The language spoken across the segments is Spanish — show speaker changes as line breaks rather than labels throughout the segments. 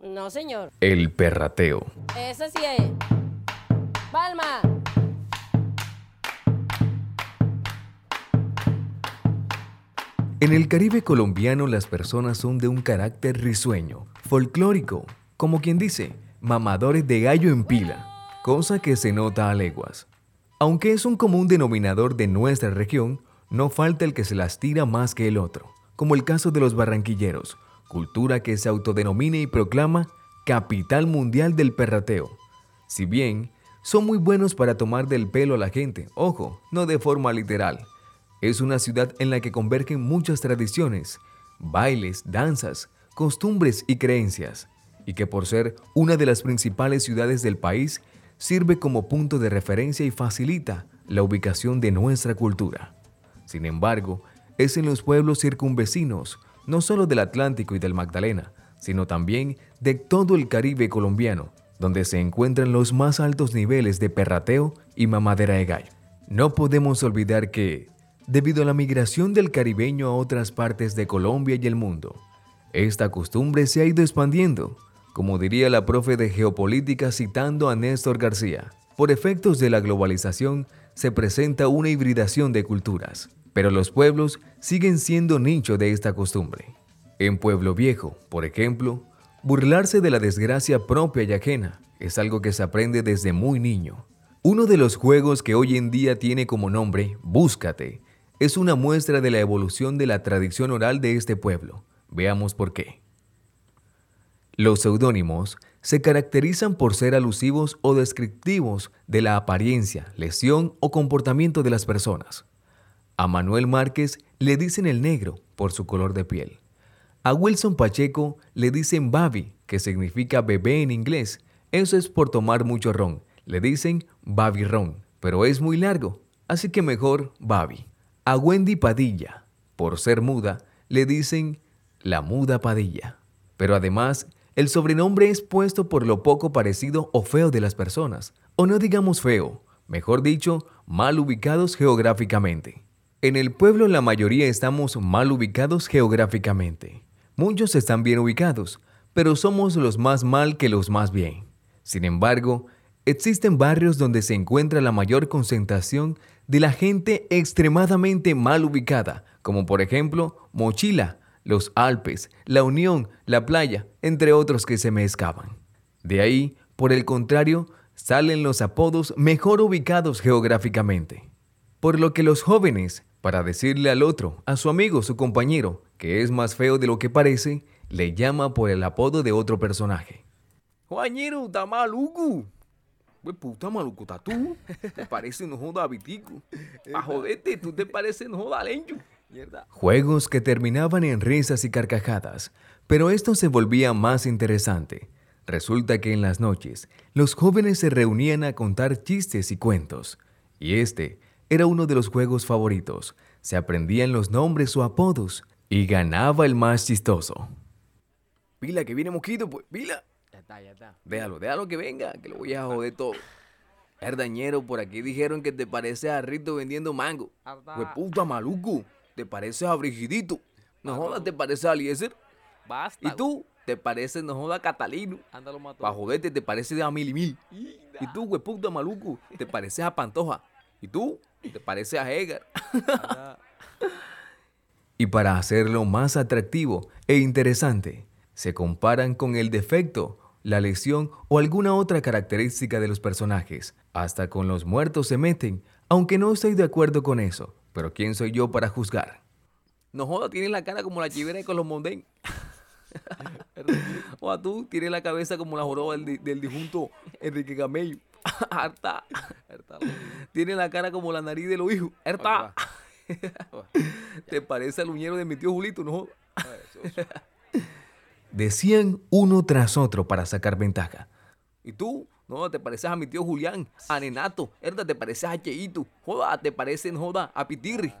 No, señor.
El perrateo.
Esa sí es. Palma.
En el Caribe colombiano las personas son de un carácter risueño, folclórico, como quien dice, mamadores de gallo en pila, cosa que se nota a leguas. Aunque es un común denominador de nuestra región, no falta el que se las tira más que el otro, como el caso de los barranquilleros, cultura que se autodenomina y proclama capital mundial del perrateo. Si bien son muy buenos para tomar del pelo a la gente, ojo, no de forma literal, es una ciudad en la que convergen muchas tradiciones, bailes, danzas, costumbres y creencias, y que por ser una de las principales ciudades del país, sirve como punto de referencia y facilita la ubicación de nuestra cultura. Sin embargo, es en los pueblos circunvecinos, no solo del Atlántico y del Magdalena, sino también de todo el Caribe colombiano, donde se encuentran los más altos niveles de perrateo y mamadera de gallo. No podemos olvidar que, debido a la migración del caribeño a otras partes de Colombia y el mundo. Esta costumbre se ha ido expandiendo, como diría la profe de geopolítica citando a Néstor García. Por efectos de la globalización se presenta una hibridación de culturas, pero los pueblos siguen siendo nicho de esta costumbre. En Pueblo Viejo, por ejemplo, burlarse de la desgracia propia y ajena es algo que se aprende desde muy niño. Uno de los juegos que hoy en día tiene como nombre Búscate, es una muestra de la evolución de la tradición oral de este pueblo. Veamos por qué. Los seudónimos se caracterizan por ser alusivos o descriptivos de la apariencia, lesión o comportamiento de las personas. A Manuel Márquez le dicen el negro por su color de piel. A Wilson Pacheco le dicen Babi, que significa bebé en inglés. Eso es por tomar mucho ron. Le dicen Babirrón, pero es muy largo, así que mejor Babi. A Wendy Padilla, por ser muda, le dicen la muda Padilla. Pero además, el sobrenombre es puesto por lo poco parecido o feo de las personas, o no digamos feo, mejor dicho, mal ubicados geográficamente. En el pueblo la mayoría estamos mal ubicados geográficamente. Muchos están bien ubicados, pero somos los más mal que los más bien. Sin embargo, existen barrios donde se encuentra la mayor concentración de la gente extremadamente mal ubicada, como por ejemplo Mochila, los Alpes, La Unión, La Playa, entre otros que se me escapan. De ahí, por el contrario, salen los apodos mejor ubicados geográficamente. Por lo que los jóvenes, para decirle al otro, a su amigo, su compañero, que es más feo de lo que parece, le llama por el apodo de otro personaje.
Juanero, está maluco. Güey, puta maluco, está tú. Te parece um un joda vitico. Pa' joderte, tú te pareces un joda lencho. Mierda.
Juegos que terminaban en risas y carcajadas, pero esto se volvía más interesante. Resulta que en las noches, los jóvenes se reunían a contar chistes y cuentos, y este era uno de los juegos favoritos. Se aprendían los nombres o apodos, y ganaba el más chistoso.
Pila, que viene mosquito, pues, pila.
Ya está, ya está.
Déjalo, déjalo que venga, que lo voy a joder todo. Herdañero, por aquí dijeron que te pareces a Rito vendiendo mango.
Arda.
Güey, puta maluco. Te pareces a Brigidito. No jodas, te pareces a Eliezer.
Basta.
Y tú, te pareces, no jodas, a Catalino.
Ándalo, mató.
Pa' joderte, te pareces a Mil y Mil. Y tú, güey, puta maluco, te pareces a Pantoja. Y tú, te pareces a Edgar.
Y para hacerlo más atractivo e interesante, se comparan con el defecto, la lesión o alguna otra característica de los personajes. Hasta con los muertos se meten, aunque no estoy de acuerdo con eso, pero ¿quién soy yo para juzgar?
No jodas, tienes la cara como la chivera de Colombondén. o a tú, tienes la cabeza como la joroba del, di- del disjunto Enrique Gamello. Harta. Tienes la cara como la nariz de los hijos. Harta. Te parece al uñero de mi tío Julito, no jodas.
Decían uno tras otro para sacar ventaja.
Y tú, no, te pareces a mi tío Julián, a Nenato, Herda, te pareces a Cheito, joda, te parecen, joda, a Pitirri.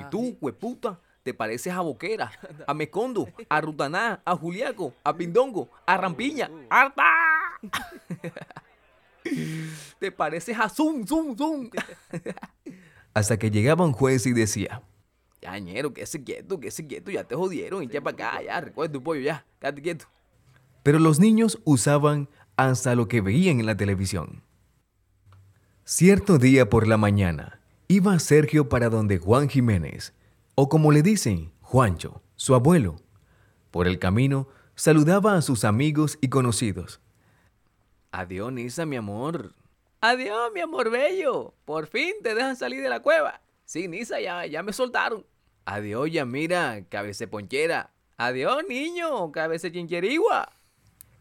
Y tú, hueputa, te pareces a Boquera, a Mecondo, a Rutaná, a Juliaco, a Pindongo, a Rampiña, ¡harta! te pareces a Zum, Zum, Zum.
Hasta que llegaba un juez y decía,
ya, ñero, quédese quieto, quédese quieto, ya te jodieron, hincha para acá, ya, recuerda tu pollo, ya, quédate quieto.
pero los niños usaban hasta lo que veían en la televisión. Cierto día por la mañana, iba Sergio para donde Juan Jiménez, o como le dicen, Juancho, su abuelo. Por el camino, saludaba a sus amigos y conocidos.
Adiós, Nisa, mi amor. Adiós, mi amor bello. Por fin te dejan salir de la cueva. Sí, Nisa, ya, ya me soltaron. Adiós, Yamira, cabece ponchera. Adiós, niño, cabece chincherigua.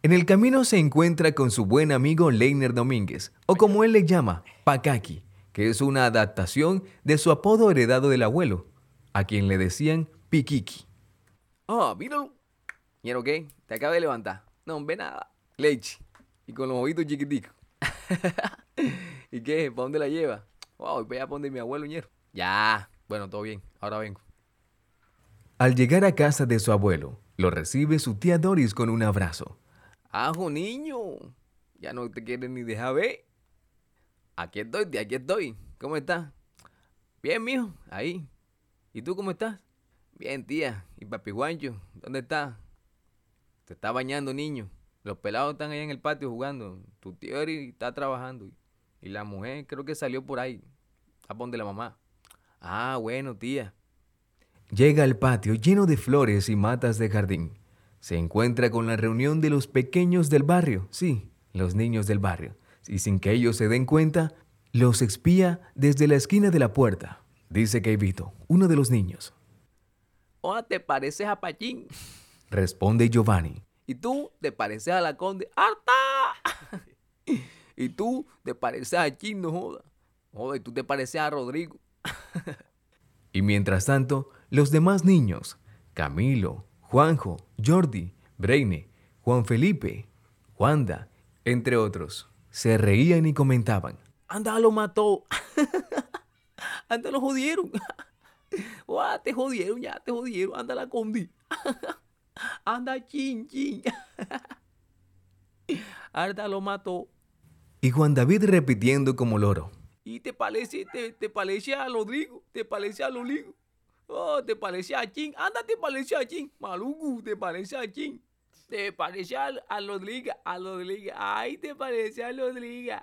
En el camino se encuentra con su buen amigo Leiner Domínguez, o como él le llama, Pacaki, que es una adaptación de su apodo heredado del abuelo, a quien le decían Piquiqui.
Ah, míralo. Ñero, ¿qué? Te acabé de levantar. No, ve nada. Leche. Y con los ojitos chiquiticos. ¿Y qué? ¿Para dónde la lleva? Wow, voy a poner mi abuelo, Ñero. Ya. Bueno, todo bien. Ahora vengo.
Al llegar a casa de su abuelo, lo recibe su tía Doris con un abrazo.
Ajo, niño. Ya no te quieren ni dejar ver. Aquí estoy, tía, aquí estoy. ¿Cómo estás? Bien, mijo. Ahí. ¿Y tú cómo estás? Bien, tía. ¿Y papi Juancho? ¿Dónde estás? Te está bañando, niño. Los pelados están allá en el patio jugando. Tu tío Eri está trabajando. Y la mujer creo que salió por ahí. A donde la mamá. Ah, bueno, tía.
Llega al patio lleno de flores y matas de jardín. Se encuentra con la reunión de los pequeños del barrio, sí, los niños del barrio, y sin que ellos se den cuenta, los espía desde la esquina de la puerta, dice Keivito, uno de los niños.
Oh, te pareces a Pachín.
Responde Giovanni.
Y tú te pareces a la conde. ¡Harta! y tú te pareces a Chin, no joda. Joda, y tú te pareces a Rodrigo.
Y mientras tanto, los demás niños, Camilo, Juanjo, Jordi, Breine, Juan Felipe, Juanda, entre otros, se reían y comentaban.
Anda, lo mató. Anda, lo jodieron. Guau, te jodieron, ya te jodieron. Anda, la condi. Anda, chin, chin. Anda, lo mató.
Y Juan David repitiendo como loro.
Y te parece, te, te parece a Rodrigo, te parece a Loligo. Oh, te parece a Chin. Anda, te parece a Chin. Maluco, te parece a Chin. Te parece a, a Rodrigo, a Rodrigo. Ay, te parece a Rodrigo.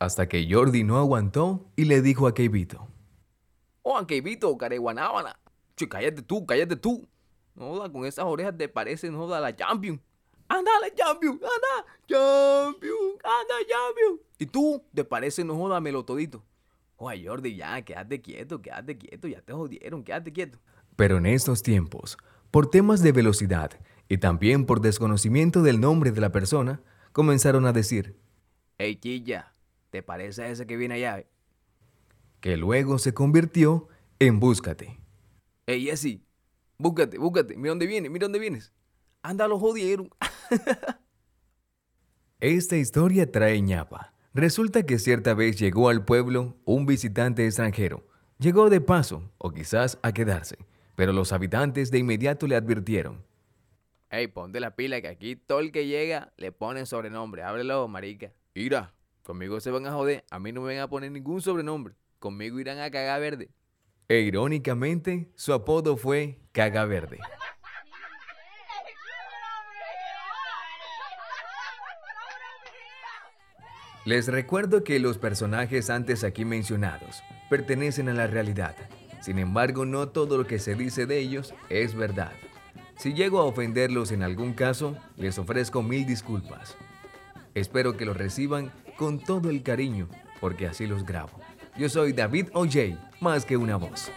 Hasta que Jordi no aguantó y le dijo a Keivito.
Oh, Anquevito, careguanábana. Che, cállate tú, cállate tú. No joda, con esas orejas te parece, no joda, la Champion. Anda, la Champion, anda, Champion, anda, Champion. Y tú, te parece, no joda, melotodito. Oye, Jordi, ya, quédate quieto, quédate quieto, ya te jodieron, quédate quieto.
Pero en estos tiempos, por temas de velocidad y también por desconocimiento del nombre de la persona, comenzaron a decir
Ey, chilla, te parece a ese que viene allá. eh?
que luego se convirtió en Búscate.
Ey, Jessy, búscate, búscate, mira dónde viene, mira dónde vienes. Anda, lo jodieron.
Esta historia trae ñapa. Resulta que cierta vez llegó al pueblo un visitante extranjero. Llegó de paso, o quizás a quedarse, pero los habitantes de inmediato le advirtieron.
Ey, ponte la pila que aquí todo el que llega le ponen sobrenombre. Ábrelo, marica. Ira, conmigo se van a joder. A mí no me van a poner ningún sobrenombre. Conmigo irán a cagar verde.
E irónicamente, su apodo fue Caga Verde. Les recuerdo que los personajes antes aquí mencionados pertenecen a la realidad. Sin embargo, no todo lo que se dice de ellos es verdad. Si llego a ofenderlos en algún caso, les ofrezco mil disculpas. Espero que los reciban con todo el cariño, porque así los grabo. Yo soy David O.J., más que una voz.